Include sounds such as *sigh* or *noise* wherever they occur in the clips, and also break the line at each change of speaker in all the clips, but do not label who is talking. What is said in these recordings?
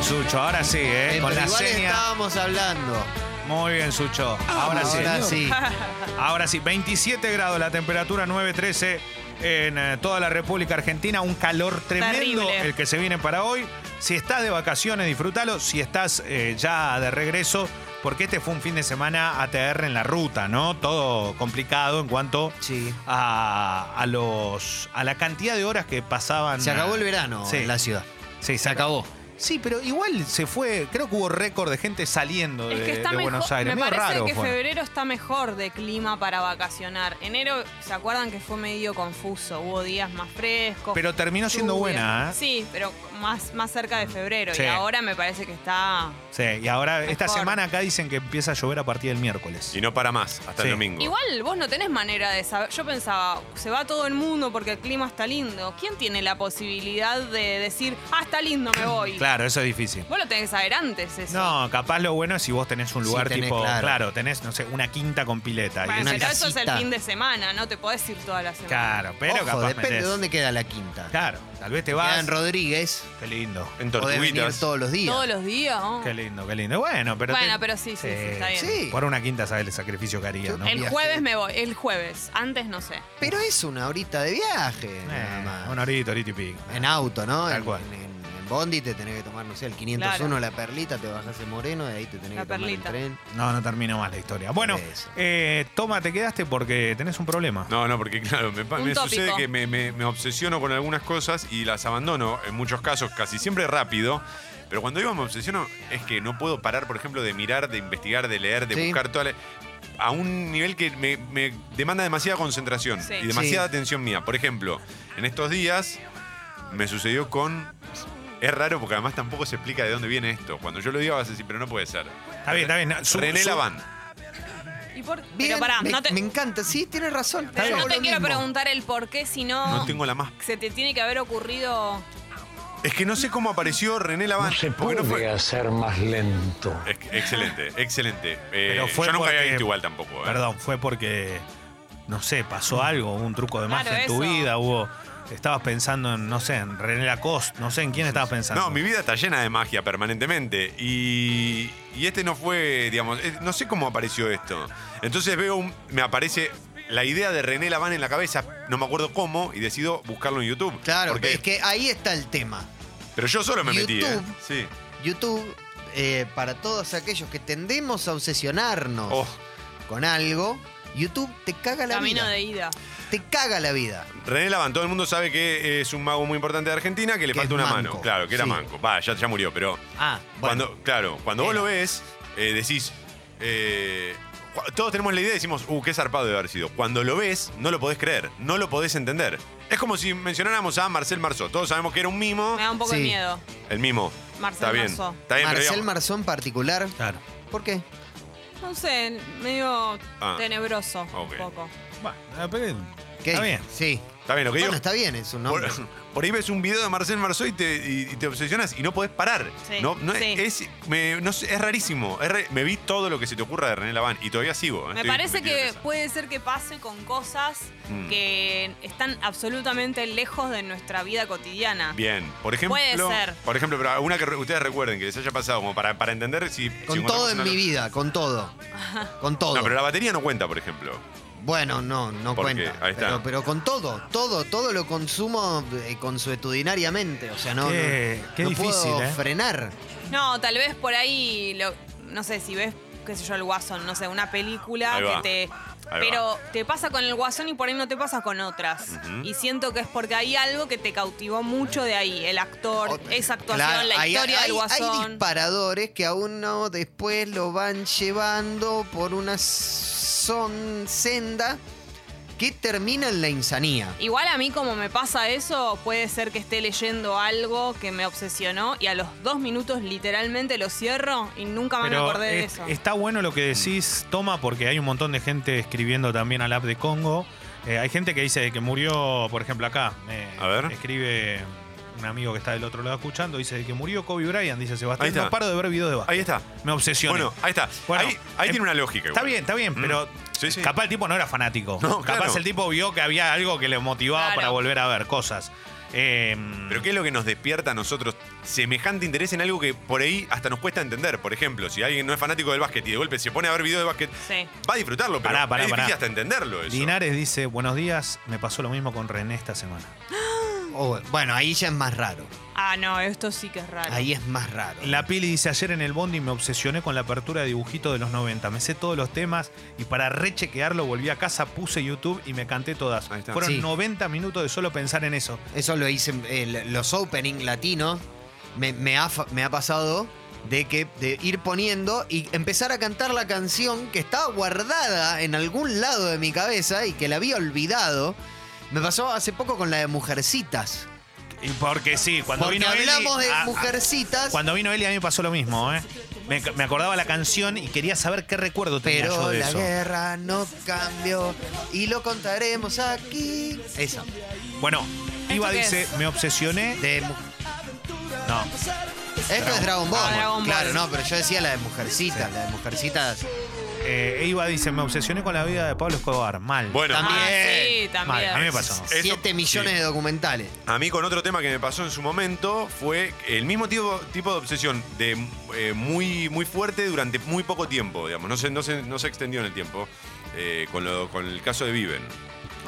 Sucho, ahora sí, ¿eh?
Eh,
Con
pero
la
igual
seña.
estábamos hablando.
Muy bien, Sucho. Ahora sí.
Ah, Ahora
*laughs*
sí.
Ahora sí, 27 grados la temperatura, 9.13 en eh, toda la República Argentina. Un calor tremendo
Terrible.
el que se viene para hoy. Si estás de vacaciones, disfrútalo. Si estás eh, ya de regreso, porque este fue un fin de semana ATR en la ruta, ¿no? Todo complicado en cuanto
Sí.
a, a los, a la cantidad de horas que pasaban.
Se acabó el verano
Sí.
en la ciudad.
Sí,
Se acabó.
Sí, pero igual se fue, creo que hubo récord de gente saliendo de,
Es que está
de
mejor.
Buenos Aires.
Me
Medio
parece
raro
que
fue.
febrero está mejor de clima para vacacionar. Enero, ¿se acuerdan que fue medio confuso? Hubo días más frescos.
Pero terminó siendo
lluvia.
buena, ¿eh?
Sí, pero más, más cerca de febrero.
Sí.
Y ahora me parece que está.
Sí, y ahora esta
Mejor.
semana acá dicen que empieza a llover a partir del miércoles.
Y no para más, hasta
Sí.
el domingo.
Igual vos no tenés manera de saber. Yo pensaba, se va todo el mundo porque el clima está lindo. ¿Quién tiene la posibilidad de decir, ah, está lindo, me voy?
Claro, eso es difícil.
Vos lo tenés que saber antes eso.
No, capaz lo bueno es si vos tenés un
Sí,
lugar
tenés,
tipo, claro.
claro.
tenés, no sé, una quinta con pileta. y
Bueno,
eso
una
pero eso es el
casita.
fin de semana, no te podés ir toda la semana.
Claro, pero
Ojo,
capaz
depende
metés-
de dónde queda la quinta.
Claro, tal vez te
Queda
vas.
en Rodríguez.
Qué lindo.
En
Podés venir
tortuguitas.
todos los días.
Todos los días, ¿no?
Qué lindo, qué lindo. Bueno, pero.
Bueno, pero sí, sí, sí, está bien.
Sí.
Por una quinta sabes el sacrificio que haría,
Yo-
¿no? Eh,
los
El
viajes.
jueves me voy, el jueves. Antes no sé.
Pero es una horita de viaje.
Eh,
nada más.
una horita, horita y pico.
En auto, ¿no?
Tal
en,
cual.
En, en Bondi te tenés que tomar, no sé, el 501,
Claro.
la perlita, te bajas en Moreno, de ahí te tenés
La
que tomar
Perlita.
el tren.
No, no termino más la historia. Bueno,
Eso.
eh, toma, te quedaste porque tenés un problema.
No, no, porque claro, me, pa-
Un
me
tópico.
sucede que me, me- me obsesiono con algunas cosas y las abandono, en muchos casos, casi siempre rápido. Pero cuando digo me obsesiono, es que no puedo parar, por ejemplo, de mirar, de investigar, de leer, de
Sí.
buscar toda la- a un nivel que me, me demanda demasiada concentración
Sí.
y demasiada
Sí.
atención mía. Por ejemplo, en estos días me sucedió con... Es raro porque además tampoco se explica de dónde viene esto. Cuando yo lo digo vas a decir, pero no puede ser.
Está bien, está bien. No, su-
René
su-
Laván. eh,
¿Y por
Bien,
Pero pará,
me,
no te,
me encanta, sí, tienes razón.
pero
yo
no
hago
te
lo
quiero
mismo.
preguntar el por qué, sino
No tengo la más
se te tiene que haber ocurrido.
Es que no sé cómo apareció René Laván.
No se
porque
puede
no fue-
hacer más lento.
Es que- excelente, excelente. Eh,
Pero fue
yo nunca había
porque-
visto igual tampoco. ¿eh?
Perdón, fue porque, no sé, pasó algo, hubo un truco de magia
Claro,
en tu
eso.
vida, hubo. Estabas pensando en, no sé, en René Lacoste, no sé en quién estabas pensando.
No, mi vida está llena de magia permanentemente. Y, y este no fue, digamos, eh, no sé cómo apareció esto. Entonces veo, un- me aparece la idea de René Laván en la cabeza, no me acuerdo cómo, y decido buscarlo en YouTube.
Claro,
Porque-
es que ahí está el tema.
Pero yo solo me metí. ¿eh?
YouTube.
Sí.
YouTube, eh, para todos aquellos que tendemos a obsesionarnos
Oh,
con algo, YouTube te caga la
Camino
vida.
de ida.
Te caga la vida.
René Laván, todo el mundo sabe que es un mago muy importante de Argentina, que le
Que
falta
es
una
manco.
mano. Claro, que era
Sí.
manco. Va, ya, ya murió, pero.
Ah, bueno.
Cuando, claro, cuando vos
Era.
lo ves, eh, decís. eh, cu- todos tenemos la idea y decimos, uh, qué zarpado debe haber sido. Cuando lo ves, no lo podés creer, no lo podés entender. Es como si mencionáramos a Marcel Marceau. Todos sabemos que era un mimo.
Me da un poco de
Sí.
miedo.
El mimo.
Marcel
Está bien.
Marceau.
Está bien, pero
Marcel
digamos-
Marzón particular,
Claro.
¿por qué?
No sé, medio
Ah.
tenebroso
Ok.
un poco.
Bueno, eh, pero-
¿Qué?
Está bien.
Sí.
Está bien, lo que
Bueno,
digo-
está bien, es un nombre.
Por, *laughs* por ahí ves un video de Marcel Marceau y te, y- y te obsesionas y no podés parar.
Sí,
no, no,
sí.
Es, me- no sé, es rarísimo. Es re- me vi todo lo que se te ocurra de René Laván y todavía sigo. eh,
Me
estoy
parece
metido en
que
esa.
puede ser que pase con cosas
Mm.
que están absolutamente lejos de nuestra vida cotidiana.
Bien, por ejemplo.
Puede ser.
Por ejemplo, pero alguna que re- ustedes recuerden que les haya pasado, como para, para entender si. si
Con
encontramos
todo en
una-
mi vida, con
*laughs*
todo. Con todo.
No, pero la batería no cuenta, por ejemplo.
Bueno, no, no
¿Por qué?
cuenta.
Ahí está.
Pero, pero con todo, todo, todo lo consumo eh, consuetudinariamente. O sea, no,
Qué-
no-
qué
no
difícil,
puedo
¿eh?
frenar.
No, tal vez por ahí, lo- no sé, si ves, qué sé yo, el Guasón, no sé, una película
Ahí va.
que te...
Ahí
pero te pasa con el Guasón y por ahí no te pasa con otras.
Ujú.
Y siento que es porque hay algo que te cautivó mucho de ahí, el actor, esa actuación,
Claro,
la
hay-
historia
hay,
del
Hay
Guasón.
disparadores que a uno después lo van llevando por una son senda que termina en la insanía.
Igual a mí como me pasa eso, puede ser que esté leyendo algo que me obsesionó y a los dos minutos literalmente lo cierro y nunca más Ah, me
Pero
acordé de
es-
eso.
está bueno lo que decís, toma, porque hay un montón de gente escribiendo también al app de Congo. Eh, hay gente que dice que murió, por ejemplo, acá. eh,
A ver.
Escribe un amigo que está del otro lado escuchando, dice que murió Kobe Bryant, dice Sebastián.
Ahí está.
No paro de ver videos de básquet.
Ahí está.
Me obsesioné.
Bueno, ahí está.
Bueno,
ahí ahí
em-
tiene una lógica.
Está
igual.
bien, está bien,
Mm.
pero
Sí, sí.
capaz el tipo no era fanático.
No,
capaz
claro.
el tipo vio que había algo que le motivaba
Claro.
para volver a ver cosas. Eh,
Pero ¿qué es lo que nos despierta a nosotros semejante interés en algo que por ahí hasta nos cuesta entender? Por ejemplo, si alguien no es fanático del básquet y de golpe se pone a ver videos de básquet,
Sí.
va a disfrutarlo, pero
Pará, pará,
es difícil
pará.
hasta entenderlo eso.
Linares dice, buenos días, me pasó lo mismo con René esta semana.
O- bueno, ahí ya es más raro.
Ah, no, esto sí que es raro.
Ahí es más raro.
La Pili dice, ayer en el Bondi me obsesioné con la apertura de dibujito de los 90. Me sé todos los temas y para rechequearlo volví a casa, puse YouTube y me canté todas.
Ahí está.
Fueron
Sí.
90 minutos de solo pensar en eso.
Eso lo dicen eh, los opening latinos. Me, me ha, fa- me ha pasado de que de ir poniendo y empezar a cantar la canción que estaba guardada en algún lado de mi cabeza y que la había olvidado. Me pasó hace poco con la de Mujercitas.
Y porque sí, cuando
porque
vino Eli,
hablamos de
a- a-
Mujercitas,
ah, cuando vino Eli a mí me pasó lo mismo, ¿eh? Me, me acordaba la canción y quería saber qué recuerdo tenía yo
pero
de
la
eso.
guerra no cambió y lo contaremos aquí. Esa.
Bueno, Iba
qué
dice,
es?
me obsesioné.
De mu-
No.
esto es Dragon Ball.
Ah, Dragon Ball.
Claro, no, pero yo decía la de Mujercitas. La de Mujercitas.
Eh, Iba dice, me obsesioné con la vida de Pablo Escobar. Mal.
Bueno,
También.
Ah, sí,
Mal,
también.
a mí me pasó.
Eso-
7 millones
sí.
de documentales.
A mí con otro tema que me pasó en su momento fue el mismo tipo, tipo de obsesión, de eh, muy, muy fuerte durante muy poco tiempo, digamos. No se, no se, no se extendió en el tiempo eh, con, lo- con el caso de Viven.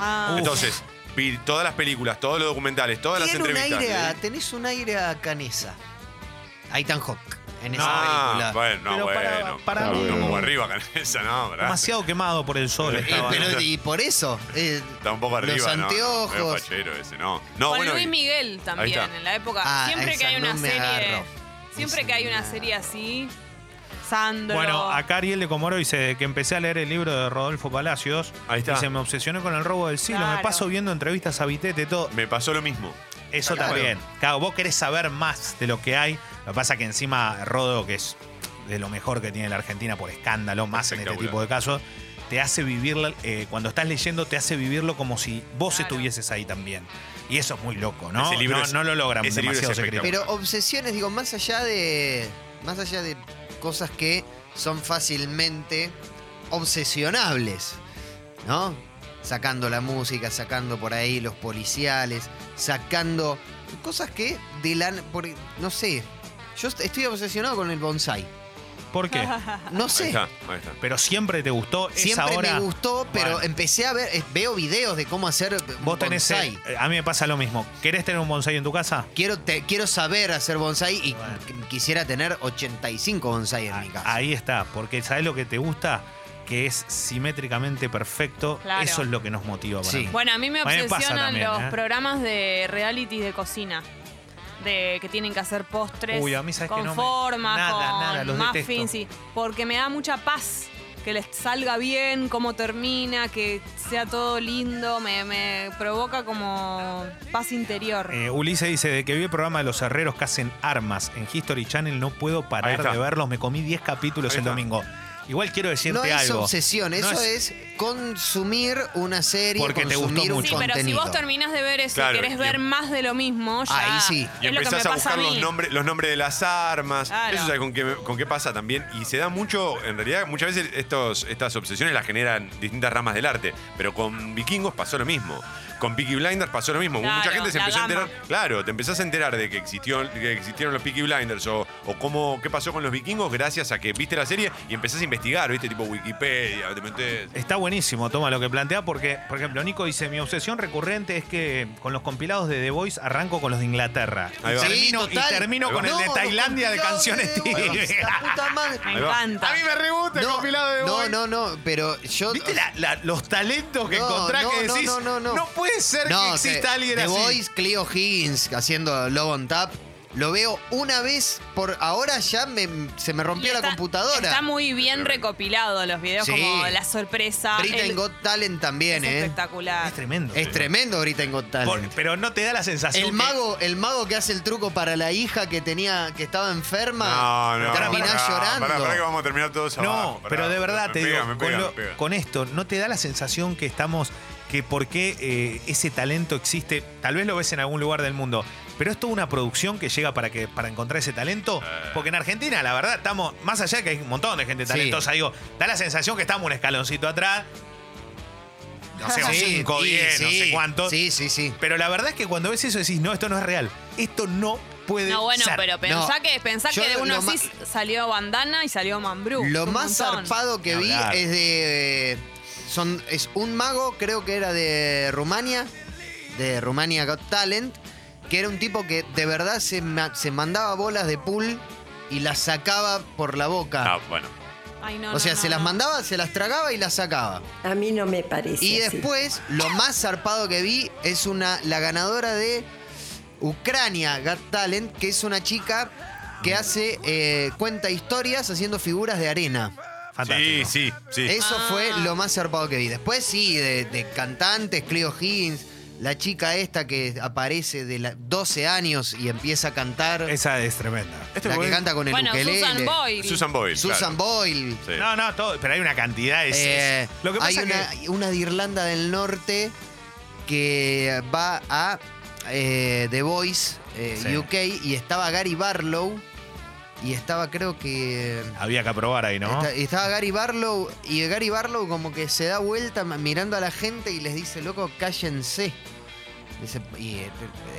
Ah,
Entonces, vi todas las películas, todos los documentales, todas las
Tiene un
entrevistas.
aire a-
¿eh?
tenés un aire a Canesa. A Ethan Hawke en esa
Ah,
película.
bueno,
Pero
no,
para-
bueno.
para
no,
mí-
no, como arriba, *laughs* Canesa, no, ¿verdad?
Demasiado quemado por el sol.
Eh,
Eh,
estaba,
pero
¿no?
y por eso. eh,
Está un poco arriba,
Los
¿no?
anteojos.
No, medio fachero ese, no. No,
con
bueno,
Luis
y-
Miguel también,
está.
en la época.
Ah,
siempre que
esa
hay una
no me
serie.
agarró.
Siempre
Esa
que hay
no
una
me
serie así. Sandro.
Bueno, acá Ariel de Comoro dice que empecé a leer el libro de Rodolfo Palacios.
Ahí está.
Dice, me obsesioné con el robo del siglo. Me
Claro.
paso viendo entrevistas a Vitete y todo.
me pasó lo mismo.
Eso
Claro.
también. Claro, vos querés saber más de lo que hay. Lo que pasa que encima Rodo, que es de lo mejor que tiene la Argentina por escándalo, más en este
Espectacular.
tipo de casos, te hace vivir, la- eh, cuando estás leyendo, te hace vivirlo como si vos
Claro.
estuvieses ahí también. Y eso es muy loco, ¿no?
Ese libro
no,
es-
no lo logran
ese libro es
demasiado secreto.
espectacular.
pero obsesiones, digo, más allá de. Más allá de cosas que son fácilmente obsesionables. ¿No? Sacando la música, sacando por ahí los policiales, sacando cosas que de la. por- no sé. Yo estoy obsesionado con el bonsai.
¿Por qué?
No sé.
Ahí está, ahí está.
Pero siempre te gustó esa
Siempre
hora.
me gustó, pero
Bueno.
empecé a ver, eh, veo videos de cómo hacer
Vos tenés. eh,
bonsai.
a mí me pasa lo mismo. ¿Querés tener un bonsai en tu casa?
Quiero, te- quiero saber hacer bonsai y
Bueno.
qu- quisiera tener 85 bonsai en mi casa.
Ah, Ahí está, porque ¿sabés lo que te gusta? Que es simétricamente perfecto.
Claro.
Eso es lo que nos motiva para
Sí.
mí.
Bueno, a mí me
A mí me pasa
obsesionan
también,
los
¿eh?
programas de reality de cocina. De que tienen que hacer postres
Uy, a mí sabes que
con
no me-
formas,
nada,
con
nada, los
muffins.
detesto.
y- porque me da mucha paz que les salga bien, cómo termina, que sea todo lindo. Me, me provoca como paz interior.
Eh, Ulises dice, de que vi el programa de los herreros que hacen armas en History Channel, no puedo
Ahí
parar
está.
de verlos. Me comí 10 capítulos
Ahí
el
está.
domingo. Igual quiero decirte
No es
algo.
obsesión,
No
eso es... consumir una serie,
Porque te
consumir
gustó
un
mucho.
Sí,
contenido.
pero si vos terminás de ver eso
Claro,
y querés
y
ver
em-
más de lo mismo, ya
Ahí sí.
Y
es lo que me
empezás a
pasa a
buscar
mí.
los nombres, los nombres de las armas.
Claro.
Eso es con qué, con qué pasa también. Y se da mucho, en realidad, muchas veces estos, estas obsesiones las generan distintas ramas del arte. Pero con vikingos pasó lo mismo. Con Peaky Blinders pasó lo mismo.
Claro,
Mucha gente se
la
empezó a
gama.
enterar. Claro, te empezás a enterar de que, existió, que existieron los Peaky Blinders o, o cómo, qué pasó con los vikingos gracias a que viste la serie y empezás a investigar, ¿viste? Tipo Wikipedia, te metés.
Está buenísimo, toma lo que plantea, porque, por ejemplo, Nico dice: Mi obsesión recurrente es que con los compilados de The Voice arranco con los de Inglaterra.
Ahí
Y
va.
termino, y
total.
termino
Ahí
con
va.
el de
No,
Tailandia de
compilado
canciones
de The
tibias.
Voys, la *laughs* puta madre.
Me
Ahí va. *laughs*
encanta.
me re gusta
No, no, no, no, pero yo...
¿Viste la- la- los talentos que
No,
encontrás
no,
que
no,
decís?
no, no, no.
puede ser
No,
que exista
que
alguien
The
así.
Voice, Cleo Higgins haciendo Love on Tap. Lo veo una vez por ahora ya me, se me
Y
rompió la
está-
computadora.
Está muy bien recopilado los videos,
Sí.
como la sorpresa.
Britain
ah, el-
Got Talent también,
es
¿eh?
espectacular.
Es tremendo.
Es tremendo Britain Got
Por-
Talent.
pero no te da la sensación.
el
que-
mago, el mago que hace el truco para la hija que tenía, que estaba enferma,
No, no.
terminás
pará,
llorando.
Pará, pará que vamos a terminar todos abajo,
No,
pará.
pero de verdad
Me
te
pega,
digo,
me
con,
pega,
lo-
me pega.
con esto, ¿no te da la sensación que estamos, que por qué eh, ese talento existe? Tal vez lo ves en algún lugar del mundo, pero es toda una producción que llega para, que, para encontrar ese talento.
Eh.
Porque en Argentina, la verdad, estamos, más allá de que hay un montón de gente
Sí.
talentosa, digo, da la sensación que estamos un escaloncito atrás. no sé, o
Sí,
5,
y
10, no
sí,
sé cuántos.
Sí, sí, sí.
Pero la verdad es que cuando ves eso decís, no, esto no es real. Esto no puede
No, bueno,
ser.
pero pensá que, pensá
Yo
que de
lo-
uno
lo
así salió Bandana y salió Mambrú.
Lo
Es un
más
montón.
zarpado que
Ni
vi
hablar.
es de. Son, es un mago, creo que era de Rumania, de Rumania Got Talent, que era un tipo que de verdad se, ma- se mandaba bolas de pool y las sacaba por la boca.
Ah, bueno.
Ay, no,
o sea,
no,
se
no,
las
no.
mandaba, se las tragaba y las sacaba.
A mí no me parece.
Y
así.
después, lo más zarpado que vi es una la ganadora de Ucrania Got Talent, que es una chica que hace eh, cuenta historias haciendo figuras de arena.
Fantástico.
Sí, sí, sí.
Eso
Ah.
fue lo más zarpado que vi. Después sí, de, de cantantes, Cleo Higgins, la chica esta que aparece de la- 12 años y empieza a cantar,
Esa es este tremenda.
Este
la que canta con el
Bueno,
ukelele.
Susan Boyle.
Susan Boyle.
Susan Boyle.
Boyle.
No, no, todo, pero hay una cantidad. Es,
Eh,
es- Lo que pasa
hay
es
una,
que.
una de Irlanda del Norte que va a eh, The Voice eh,
Sí.
UK y estaba Gary Barlow y estaba creo que...
Había que aprobar ahí, ¿no?
Está- estaba Gary Barlow y Gary Barlow como que se da vuelta ma- mirando a la gente y les dice, loco, cállense. Dice, y eh,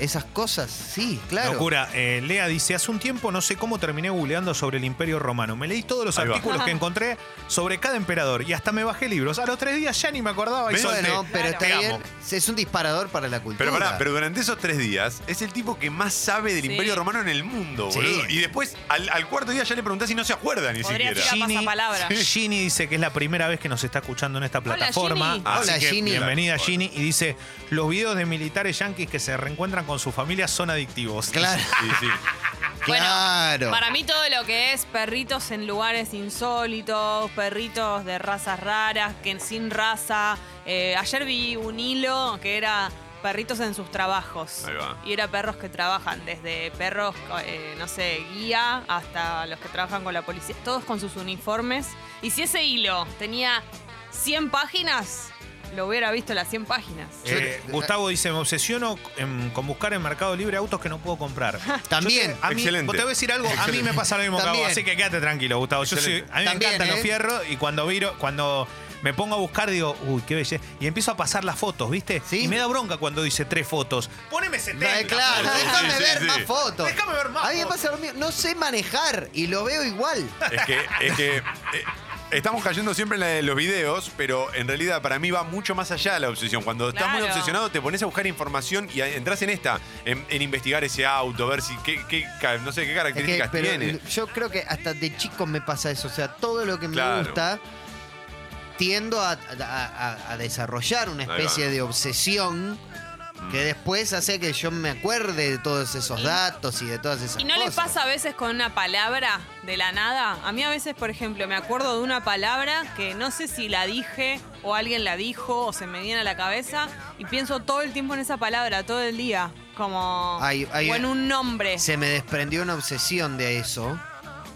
esas cosas, sí, claro.
Locura. Eh, Lea dice: Hace un tiempo no sé cómo terminé googleando sobre el Imperio Romano. Me leí todos los
Ahí va.
artículos que encontré sobre cada emperador y hasta me bajé libros. A los tres días ya ni me acordaba y
¿Ves?
solté.
Bueno, pero está
Te
bien.
amo.
Es un disparador para la cultura.
Pero pará, pero durante esos tres días es el tipo que más sabe del
Sí.
Imperio Romano en el mundo,
Sí.
boludo. Y después, al, al cuarto día ya le preguntás si no se acuerda ni
Podría
siquiera.
*laughs*
tirar- pasapalabra.
Gini dice que es la primera vez que nos está escuchando en esta plataforma.
Gini.
Así
Ah, Hola,
que,
Gini.
Bienvenida Gini y dice, los videos de militares yanquis que se reencuentran con sus familias son adictivos. *laughs*
Claro,
Sí, sí.
Bueno,
claro.
Para mí todo lo que es perritos en lugares insólitos, perritos de razas raras, que sin raza. Eh, ayer vi un hilo que era perritos en sus trabajos.
Ahí va.
Y era perros que trabajan, desde perros, eh, no sé, guía, hasta los que trabajan con la policía, todos con sus uniformes. Y si ese hilo tenía 100 páginas, lo hubiera visto las 100 páginas.
Eh, Gustavo dice, me obsesiono en- con buscar en Mercado Libre autos que no puedo comprar.
*laughs* También.
Yo te- a mí-
Excelente.
vos Te voy a decir algo, a mí me pasa lo mismo que a vos,
También.
así que quédate tranquilo, Gustavo. Yo soy-
Excelente.
a mí
También,
me encantan
¿eh?
los fierros y cuando viro, cuando me pongo a buscar digo, uy, qué belleza. Y empiezo a pasar las fotos, ¿viste?
Sí.
Y me da bronca cuando dice tres fotos. Poneme 70.
Eh, claro,
fotos.
déjame
sí,
ver
sí.
más fotos.
Déjame ver más
A mí me
fotos.
pasa lo mismo. No sé manejar y lo veo igual.
Es que, es que eh, estamos cayendo siempre en la de los videos, pero en realidad para mí va mucho más allá la obsesión. Cuando estás muy
Claro.
obsesionado, te pones a buscar información y a- entras en esta, en, en investigar ese auto, ver si qué, qué ca- no sé qué
Es que,
características
pero
tiene.
Yo creo que hasta de chico me pasa eso. O sea, todo lo que me
Claro.
gusta tiendo a, a- a- a desarrollar una
Ahí va. Mm.
especie de obsesión que después hace que yo me acuerde de todos esos
Y-
datos y de todas esas
¿Y no les
cosas.
pasa a veces con una palabra de la nada? A mí a veces, por ejemplo, me acuerdo de una palabra que no sé si la dije o alguien la dijo o se me viene a la cabeza y pienso todo el tiempo en esa palabra, todo el día, como...
Hay- hay-
o en un nombre.
Se me desprendió una obsesión de eso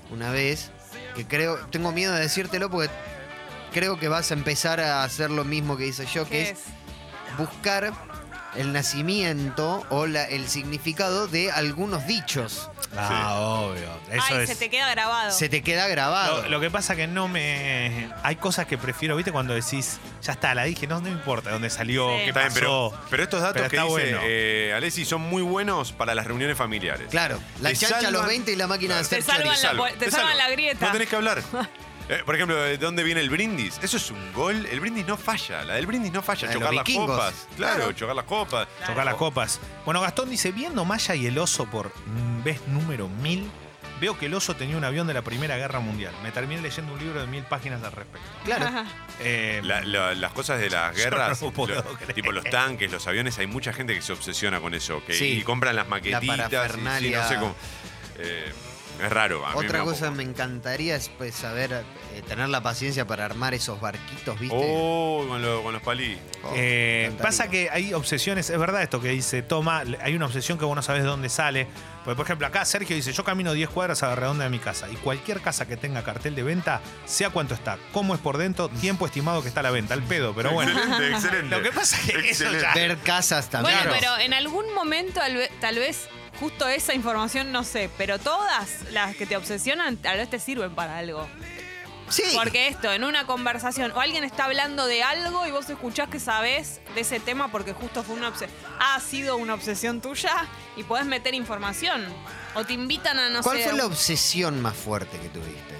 una vez que creo, tengo miedo de decírtelo porque creo que vas a empezar a hacer lo mismo que hice yo, que
¿Qué
es
es?
buscar el nacimiento o la- el significado de algunos dichos.
Ah, obvio. Eso
Ay,
es.
se te queda grabado.
Se te queda grabado.
Lo, lo que pasa que no me. Hay cosas que prefiero, ¿viste? Cuando decís, ya está, la dije, no, no importa dónde salió,
Sí.
qué
Está bien,
pasó.
pero, pero estos datos
Pero
que
está
dice
bueno.
eh, Alessi son muy buenos para las reuniones familiares.
Claro, la
Te
chancha a los
salvan-
20 y la máquina de
Claro.
hacer
Te salvan
chorizo.
la- po- te salvan la grieta.
No tenés
*laughs*
que hablar. Eh, por ejemplo, ¿de dónde viene el brindis? Eso es un gol. El brindis no falla. La del brindis no
La
falla.
de
chocar
los
las
vikingos.
copas. Claro, chocar las copas.
Chocar las copas. Bueno, Gastón dice, viendo Maya y el oso por mm, vez número mil, veo que el oso tenía un avión de la Primera Guerra Mundial. Me terminé leyendo un libro de mil páginas al respecto.
Claro.
Eh,
La- la- las cosas de las
Yo
guerras,
no puedo
lo-
creer.
tipo los tanques, los aviones, hay mucha gente que se obsesiona con eso. Que,
Sí.
Y compran las maquetitas. y-
parafernalia.
sí, no sé cómo. Eh, es raro. a mí me
Otra
da
cosa que
poco.
me encantaría es pues, saber, eh, tener la paciencia para armar esos barquitos, ¿viste?
Oh, con, lo- con los palí.
Oh, me
Eh,
encantaría.
pasa que hay obsesiones, es verdad esto que dice Toma, le- hay una obsesión que vos no sabés de dónde sale. Porque, por ejemplo, acá Sergio dice, yo camino 10 cuadras a la redonda de mi casa y cualquier casa que tenga cartel de venta, sea cuánto está, cómo es por dentro, tiempo estimado que está a la venta, al pedo, pero bueno.
Excelente, excelente.
Lo que pasa es que eso
Excelente.
ya-
Ver casas también.
Bueno,
Claro.
pero en algún momento tal ve- tal vez justo esa información, no sé, pero todas las que te obsesionan tal vez te sirven para algo.
Sí.
Porque esto, en una conversación, o alguien está hablando de algo y vos escuchás que sabés de ese tema porque justo fue una obse- ha sido una obsesión tuya y podés meter información. O te invitan a no
¿Cuál
sé.
fue la obsesión más fuerte que tuviste?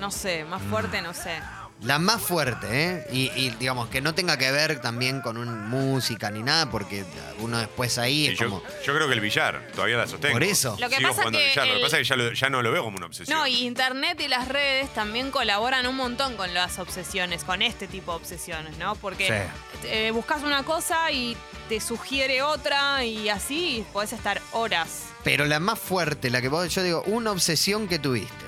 No sé, más fuerte, no sé.
La más fuerte, ¿eh? Y, y, digamos, que no tenga que ver también con un- música ni nada, porque uno después ahí
Y
es
yo,
como...
yo creo que el billar, todavía la sostengo.
Por eso.
Lo que
Sigo
pasa
jugando al
que
billar. Lo que
el-
pasa es que ya, lo- ya no lo veo como una obsesión.
No, y internet y las redes también colaboran un montón con las obsesiones, con este tipo de obsesiones, ¿no? Porque eh, buscas una cosa y te sugiere otra y así y podés estar horas.
Pero la más fuerte, la que vos, yo digo, una obsesión que tuviste.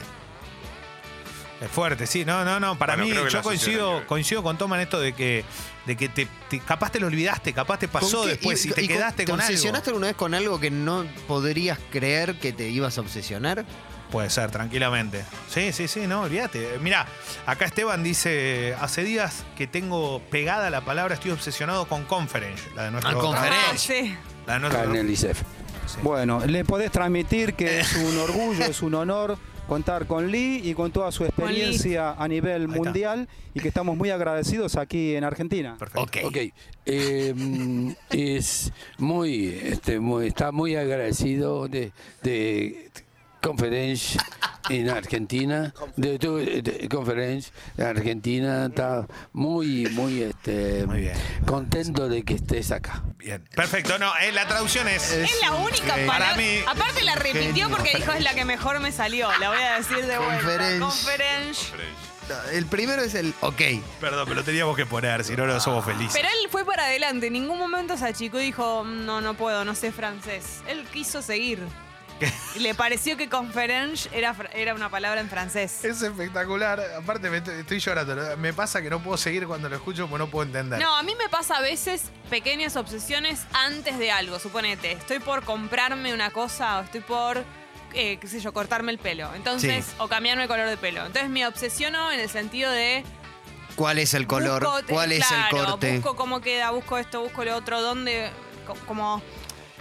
Es fuerte, sí. No, no, no. Para
Bueno, creo
mí,
que
yo
la sociedad tiene que
coincido,
ver.
coincido con Toma en esto de que, de que te, te- capaz te lo olvidaste, capaz te pasó
¿Con qué?
después y, te
con-
quedaste con,
¿Te obsesionaste
algo.
alguna vez con algo que no podrías creer que te ibas a obsesionar?
Puede ser, tranquilamente. Sí, sí, sí, no, olvídate. Mirá, acá Esteban dice, hace días que tengo pegada la palabra, estoy obsesionado con conference, la de nuestro...
Ah, Conference.
Ah, sí.
La de nuestro-
Acá en el ISEF.
Sí.
Bueno, le podés transmitir
*laughs*
que es un orgullo, es un honor contar con Lee y con toda su
Con Lee.
experiencia a nivel
está.
mundial y que estamos muy agradecidos aquí en Argentina.
Perfecto.
Ok, eh, mm, es muy, este, muy- está muy agradecido de, de Conference en Argentina, de tu de Conference en Argentina, está muy, muy, este,
Muy bien.
contento de que estés acá.
Bien. Perfecto, no, eh, la traducción es... eh,
Es la única
Para
palabra.
mí-
Aparte la repitió porque dijo es la que mejor me salió. La voy a decir de vuelta.
Conference.
Conference.
El primero es el ok.
Perdón, pero lo teníamos que poner, si no, no somos felices.
Pero él fue para adelante, en ningún momento se achicó y dijo, "Mm, no, no puedo, no sé francés. Él quiso seguir. Y le pareció que conference era, fra- era una palabra en francés.
Es espectacular. Aparte, me estoy, estoy llorando. Me pasa que no puedo seguir cuando lo escucho porque no puedo entender.
No, a mí me pasa a veces pequeñas obsesiones antes de algo. Suponete, estoy por comprarme una cosa o estoy por, eh, qué sé yo, cortarme el pelo. Entonces,
Sí.
o cambiarme el color de pelo. Entonces me obsesiono en el sentido de
¿Cuál es el color?
Busco, eh,
¿Cuál es el
claro,
corte?
Busco cómo queda, busco esto, busco lo otro, dónde, co- como...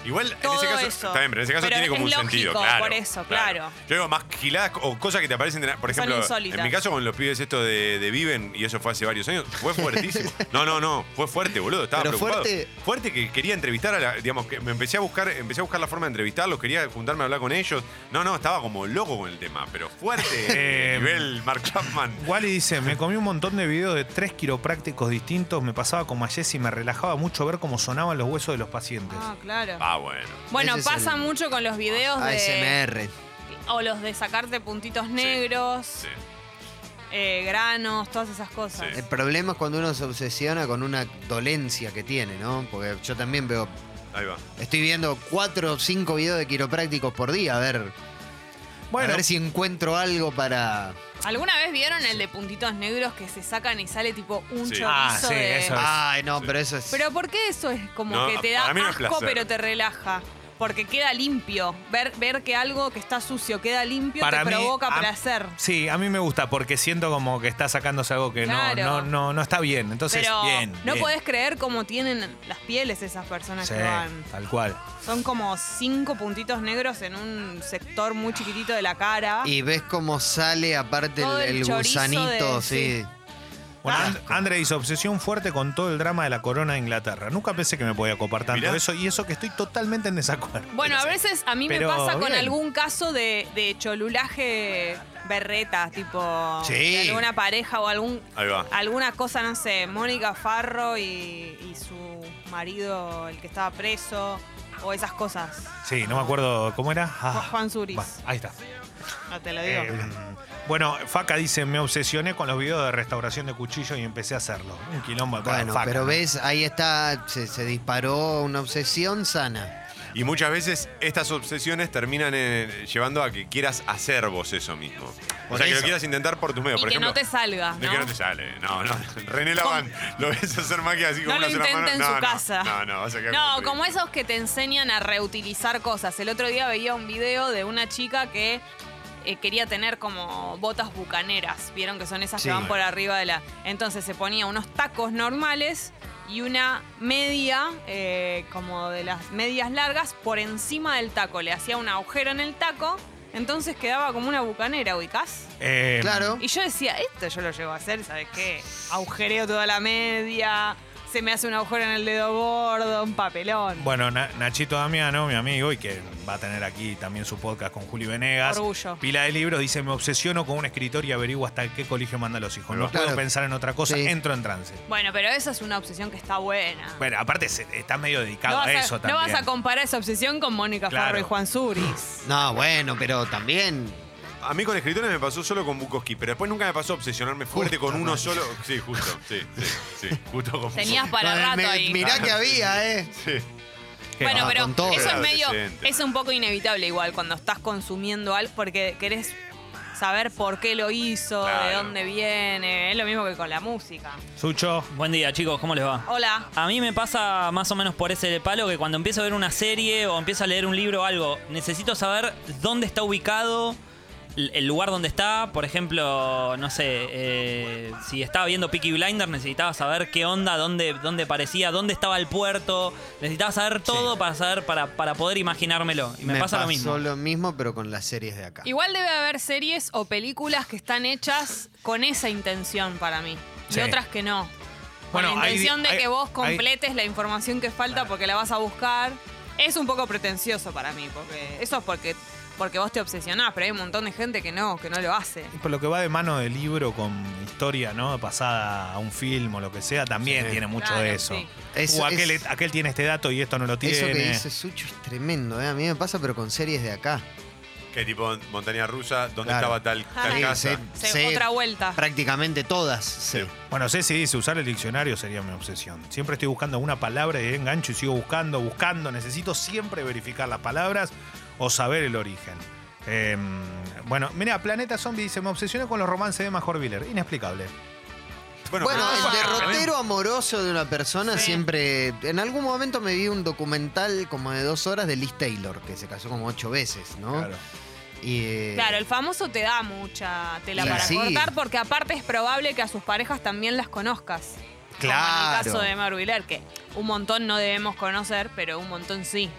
Igual, en
Todo
ese caso,
eso.
está bien, pero en ese caso
Pero
tiene como
es
un sentido,
lógico,
claro.
por eso, claro.
Yo digo, más giladas o cosas que te aparecen, de la- por
Que son
ejemplo,
insólitas.
en mi caso con los pibes esto de, de Viven, y eso fue hace varios años,
*laughs*
fue fuertísimo. No, no, no, fue fuerte, boludo, estaba
Pero
preocupado.
fuerte-
Fuerte que quería entrevistar a la, digamos, que me empecé a buscar, empecé a buscar la forma de entrevistarlos, quería juntarme a hablar con ellos. No, no, estaba como loco con el tema, pero fuerte,
*laughs*
Eh,
nivel Mark Chapman.
Wally dice, me comí un montón de videos de tres quiroprácticos distintos, me pasaba con Mayes y me relajaba mucho ver cómo sonaban los huesos de los pacientes.
Ah, claro.
Ah, bueno.
Bueno,
Ese es
pasa
el-
mucho con los videos de.
ASMR.
O los de sacarte puntitos negros,
Sí.
eh, granos, todas esas cosas.
Sí.
El problema es cuando uno se obsesiona con una dolencia que tiene, ¿no? Porque yo también veo,
Ahí va.
estoy viendo cuatro o cinco videos de quiroprácticos por día, a ver,
Bueno,
a ver si encuentro algo para...
¿Alguna vez vieron el de puntitos negros que se sacan y sale tipo un
Sí.
chorizo
Ah, sí,
de-
eso es.
Ay, no, pero eso es...
Pero ¿por qué eso es como
No,
que te da
para mí no es
asco
placer.
pero te relaja? Porque queda limpio. Ver, ver que algo que está sucio queda limpio
Para
te
mí,
provoca
a-
placer.
sí, a mí me gusta porque siento como que está sacándose algo que no-
Claro.
no, no, no, está bien. Entonces,
Pero
bien.
no
bien.
podés creer cómo tienen las pieles esas personas
Sí,
que van.
tal cual.
Son como cinco puntitos negros en un sector muy chiquitito de la cara.
Y ves cómo sale aparte
ah. Todo
el,
el
el
chorizo
gusanito,
de-
sí.
sí.
Bueno,
Ah.
And- André dice, obsesión fuerte con todo el drama de la corona de Inglaterra. Nunca pensé que me podía copar tanto
Mirá.
eso y eso que estoy totalmente en desacuerdo.
Bueno, a veces a mí
Pero
me pasa con
bien.
algún caso de, de cholulaje berreta, tipo
Sí.
de alguna pareja o algún
Ahí va.
alguna cosa, no sé, Mónica Farro y, y su marido, el que estaba preso, o esas cosas.
Sí, no me acuerdo cómo era. Ah,
Juan Suris.
va, ahí está.
No te lo digo.
Eh, bueno, Faca dice, me obsesioné con los videos de restauración de cuchillos y empecé a hacerlo. Un quilombo para
Bueno,
Faca.
pero ves, ahí está, se, se disparó una obsesión sana.
Y muchas veces estas obsesiones terminan eh, llevando a que quieras hacer vos eso mismo. O
Por
sea, que lo
eso.
quieras intentar por tus medios.
y
por
que
ejemplo,
no te salga,
de
¿no?
que no te sale. No, no. *laughs* René Laván, lo ves hacer magia así como
No lo
una sola mano.
intenta en
no,
su
no,
casa.
No, no, vas a quedar
No,
un
como
ridículo.
esos que te enseñan a reutilizar cosas. El otro día veía un video de una chica que eh, quería tener como botas bucaneras. Vieron que son esas
Sí.
que van por arriba de la. Entonces se ponía unos tacos normales y una media, eh, como de las medias largas, por encima del taco. Le hacía un agujero en el taco. Entonces quedaba como una bucanera, ubicás.
Eh,
Claro.
Y yo decía, esto yo lo llevo a hacer, ¿sabes qué? Agujereo toda la media, se me hace un agujero en el dedo gordo, un papelón.
Bueno, Na- Nachito Damiano, mi amigo, y que va a tener aquí también su podcast con Julio Venegas.
Orgullo.
Pila de libros, dice, me obsesiono con un escritor y averiguo hasta qué colegio manda a los hijos. No
Claro.
puedo pensar en otra cosa,
Sí.
entro en trance.
Bueno, pero esa es una obsesión que está buena.
Bueno, aparte se- está medio dedicado
no,
a
vas a,
eso
no
también.
vas a comparar esa obsesión con Mónica
Claro.
Farro y Juan Suris.
No, bueno, pero también.
A mí con escritores me pasó solo con Bukowski, pero después nunca me pasó obsesionarme fuerte
Justo,
con uno
man.
solo. Sí, justo. Sí, sí, sí. Justo con
Tenías para
Bueno,
rato
me-
ahí.
Mirá que había, ¿eh?
Bukowski. Sí.
Bueno,
Ah, con todo.
pero eso
Era
es medio.
adolescente.
Es un poco inevitable igual cuando estás consumiendo algo porque querés saber por qué lo hizo, de
Claro.
dónde viene. Es lo mismo que con la música.
Sucho,
Buen día, chicos, ¿cómo les va?
Hola.
A mí me pasa más o menos por ese palo que cuando empiezo a ver una serie o empiezo a leer un libro o algo, necesito saber dónde está ubicado l- el lugar donde está. Por ejemplo, no sé, eh, si estaba viendo Peaky Blinder, necesitaba saber qué onda, dónde, dónde parecía, dónde estaba el puerto. Necesitaba saber todo para saber, para, para poder imaginármelo. Y me, pasa lo
pasó
mismo.
lo mismo, pero con las series de acá.
Igual debe haber series o películas que están hechas con esa intención para mí.
Sí.
Y otras que no. Con
Bueno,
la
hay-
intención de
hay-
que vos
hay-
completes la información que falta porque la vas a buscar. Es un poco pretencioso para mí, porque eso es porque, porque vos te obsesionás, pero hay un montón de gente que no, que no lo hace.
por lo que va de mano de libro con historia, ¿no? Pasada a un film o lo que sea, también
Sí.
tiene mucho
Claro,
de eso.
sí.
Eso
o aquel,
es-
aquel tiene este dato y esto no lo tiene.
Eso que dice Sucho es tremendo, ¿eh? A mí me pasa, pero con series de acá.
*laughs* Que tipo montaña rusa, ¿dónde
Claro.
estaba tal, tal
Ah.
casa?
Sí,
Se-
Sí.
Otra vuelta.
Prácticamente todas. sí.
Sí.
Bueno, Ceci dice, usar el diccionario sería mi obsesión. Siempre estoy buscando una palabra y engancho y sigo buscando, buscando. Necesito siempre verificar las palabras o saber el origen. Eh, bueno, mira, Planeta Zombie dice, me obsesioné con los romances de Emma Horviller. Inexplicable.
Bueno,
pero-
el derrotero amoroso de una persona
Sí.
siempre. En algún momento me vi un documental como de dos horas de Liz Taylor, que se casó como ocho veces, ¿no?
Claro.
Y, eh,
Claro, el famoso te da mucha tela
Y
para
sí.
cortar porque aparte es probable que a sus parejas también las conozcas. Como en el
Claro.
caso de Marviller, que un montón no debemos conocer, pero un montón sí.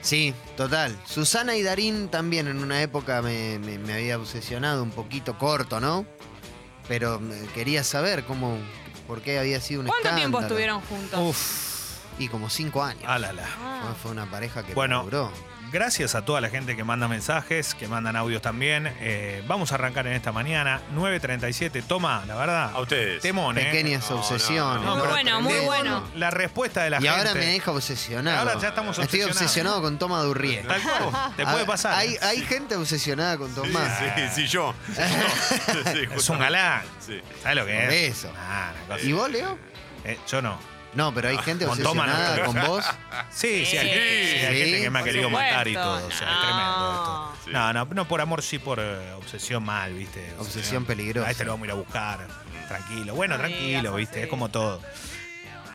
Sí, total. Susana y Darín también en una época me, me- me había obsesionado un poquito corto, ¿no? Pero me- quería saber cómo. ¿Por qué había sido un
¿Cuánto tiempo
escándalo.
estuvieron juntos?
Y como cinco años.
Ah, la, la.
Ah.
Fue una pareja que
Bueno.
duró.
Gracias a toda la gente que manda mensajes, que mandan audios también. Eh, vamos a arrancar en esta mañana. 9.37, toma, la verdad.
A ustedes.
Temón, ¿eh?
Pequeñas
No, no,
obsesiones.
no,
Muy
pero
bueno, muy
tremendo.
bueno.
La respuesta de la
Y
gente.
ahora me deja obsesionado.
Ahora ya estamos
Estoy
obsesionados.
obsesionado con Toma Durriel.
Tal cual, te
Ah,
puede pasar. ¿eh?
Hay, hay gente obsesionada con
Sí,
Tomás.
sí, sí,
*laughs*
yo. Sí,
Es
justo.
un galán.
Sí.
¿Sabes lo que
Por
es?
eso.
Ah, una cosa.
¿Y vos, Leo?
Eh, yo no.
No, pero hay gente
Ah, con Tomás no
obsesionada
creo.
con vos.
*laughs* Sí, sí, hay, gente-
Sí.
sí, hay
Sí,
gente que me ha
por
querido
supuesto.
matar y todo. O sea, es tremendo esto.
No.
Sí.
No, no, no por amor, sí por eh, obsesión mal, ¿viste?
Obsesión peligrosa.
A este lo vamos a ir a buscar. Tranquilo. Bueno,
Amigas,
tranquilo, ¿viste?
así.
Es como todo.